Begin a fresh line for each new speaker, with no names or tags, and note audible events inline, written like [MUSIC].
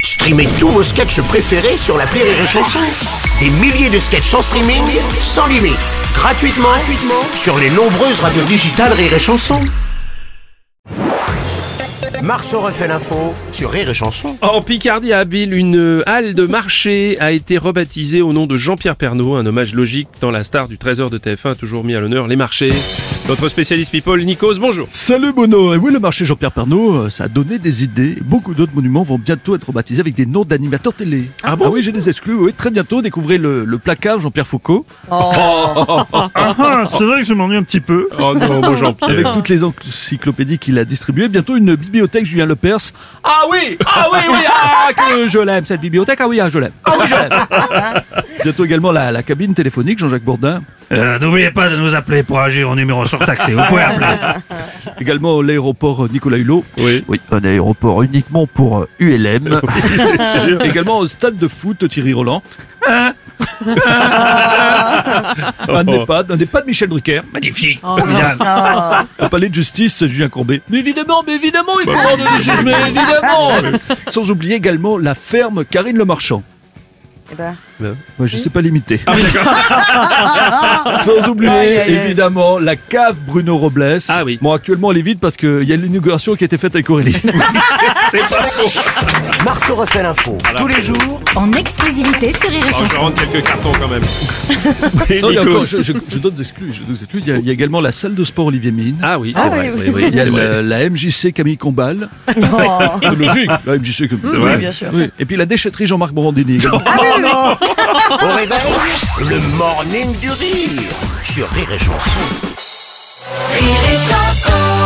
Streamez tous vos sketchs préférés sur la Rire et Chanson. Des milliers de sketchs en streaming, sans limite, gratuitement, gratuitement sur les nombreuses radios digitales Rire et Chanson. Marceau refait l'info sur Rire et Chanson.
En Picardie, à Ville, une halle de marché a été rebaptisée au nom de Jean-Pierre Pernaud, un hommage logique tant la star du trésor de TF1 a toujours mis à l'honneur les marchés. Notre spécialiste people, Nikos, bonjour.
Salut Bono Et oui, le marché Jean-Pierre Pernaud, euh, ça a donné des idées. Beaucoup d'autres monuments vont bientôt être rebaptisés avec des noms d'animateurs télé.
Ah bon
oui, j'ai des exclus. Oui, très bientôt, découvrez le, le placard Jean-Pierre Foucault
Ah, ah, c'est vrai que je m'ennuie un petit peu.
Oh non,
[LAUGHS]
bon Jean-Pierre.
avec toutes les encyclopédies qu'il a distribuées. Bientôt, une bibliothèque Julien Lepers. Ah oui Ah oui, oui Ah, que je l'aime, cette bibliothèque. Ah oui, ah, je l'aime. Ah oui, je l'aime. bientôt également la, la cabine téléphonique Jean-Jacques Bourdin.
Euh, N'oubliez pas de nous appeler pour agir au numéro surtaxé. Vous
[LAUGHS]
pouvez appeler.
Également l'aéroport euh, Nicolas Hulot.
Oui,
Oui, un aéroport uniquement pour euh, ULM.
c'est sûr.
Également au stade de foot Thierry Roland.
Ah.
un EHPAD, un EHPAD Michel Drucker.
Magnifique.
Oh,
Formidable.
Au palais de justice, Julien Courbet. Bah Mais évidemment, mais évidemment, il faut rendre les juges, mais évidemment Bah Sans oublier également la ferme Karine Le Marchand. Bah,
Eh ben, Ah.
Moi, je sais pas l'imiter. Sans oublier,
Aïe, aïe, aïe.
évidemment, la cave Bruno Robles.
Ah oui.
Bon, actuellement, elle est vide parce qu'il y a l'inauguration qui a été faite avec [LAUGHS] Aurélie.
C'est pas faux.
Marceau refait l'info tous les jours
en exclusivité sur Rire et
Bon, je
Chanson.
rentre quelques cartons quand même. Et
Non, il y a
Nikos.
encore- je, je- je donne des exclus. je donne des exclus. Il, y a, il y a également la salle de sport Olivier Mine.
Ah oui, c'est
Ah
vrai.
oui, oui.
oui, oui,
Il y a
c'est vrai.
la, la MJC Camille Combal.
non.
C'est Logique. [LAUGHS] La MJC Camille
oui,
Ouais.
bien sûr.
Oui. Et puis la déchetterie Jean-Marc
[LAUGHS]
Morandini. également.
au réveil. Le morning du rire sur Rire et Chanson.
Rire et Chanson.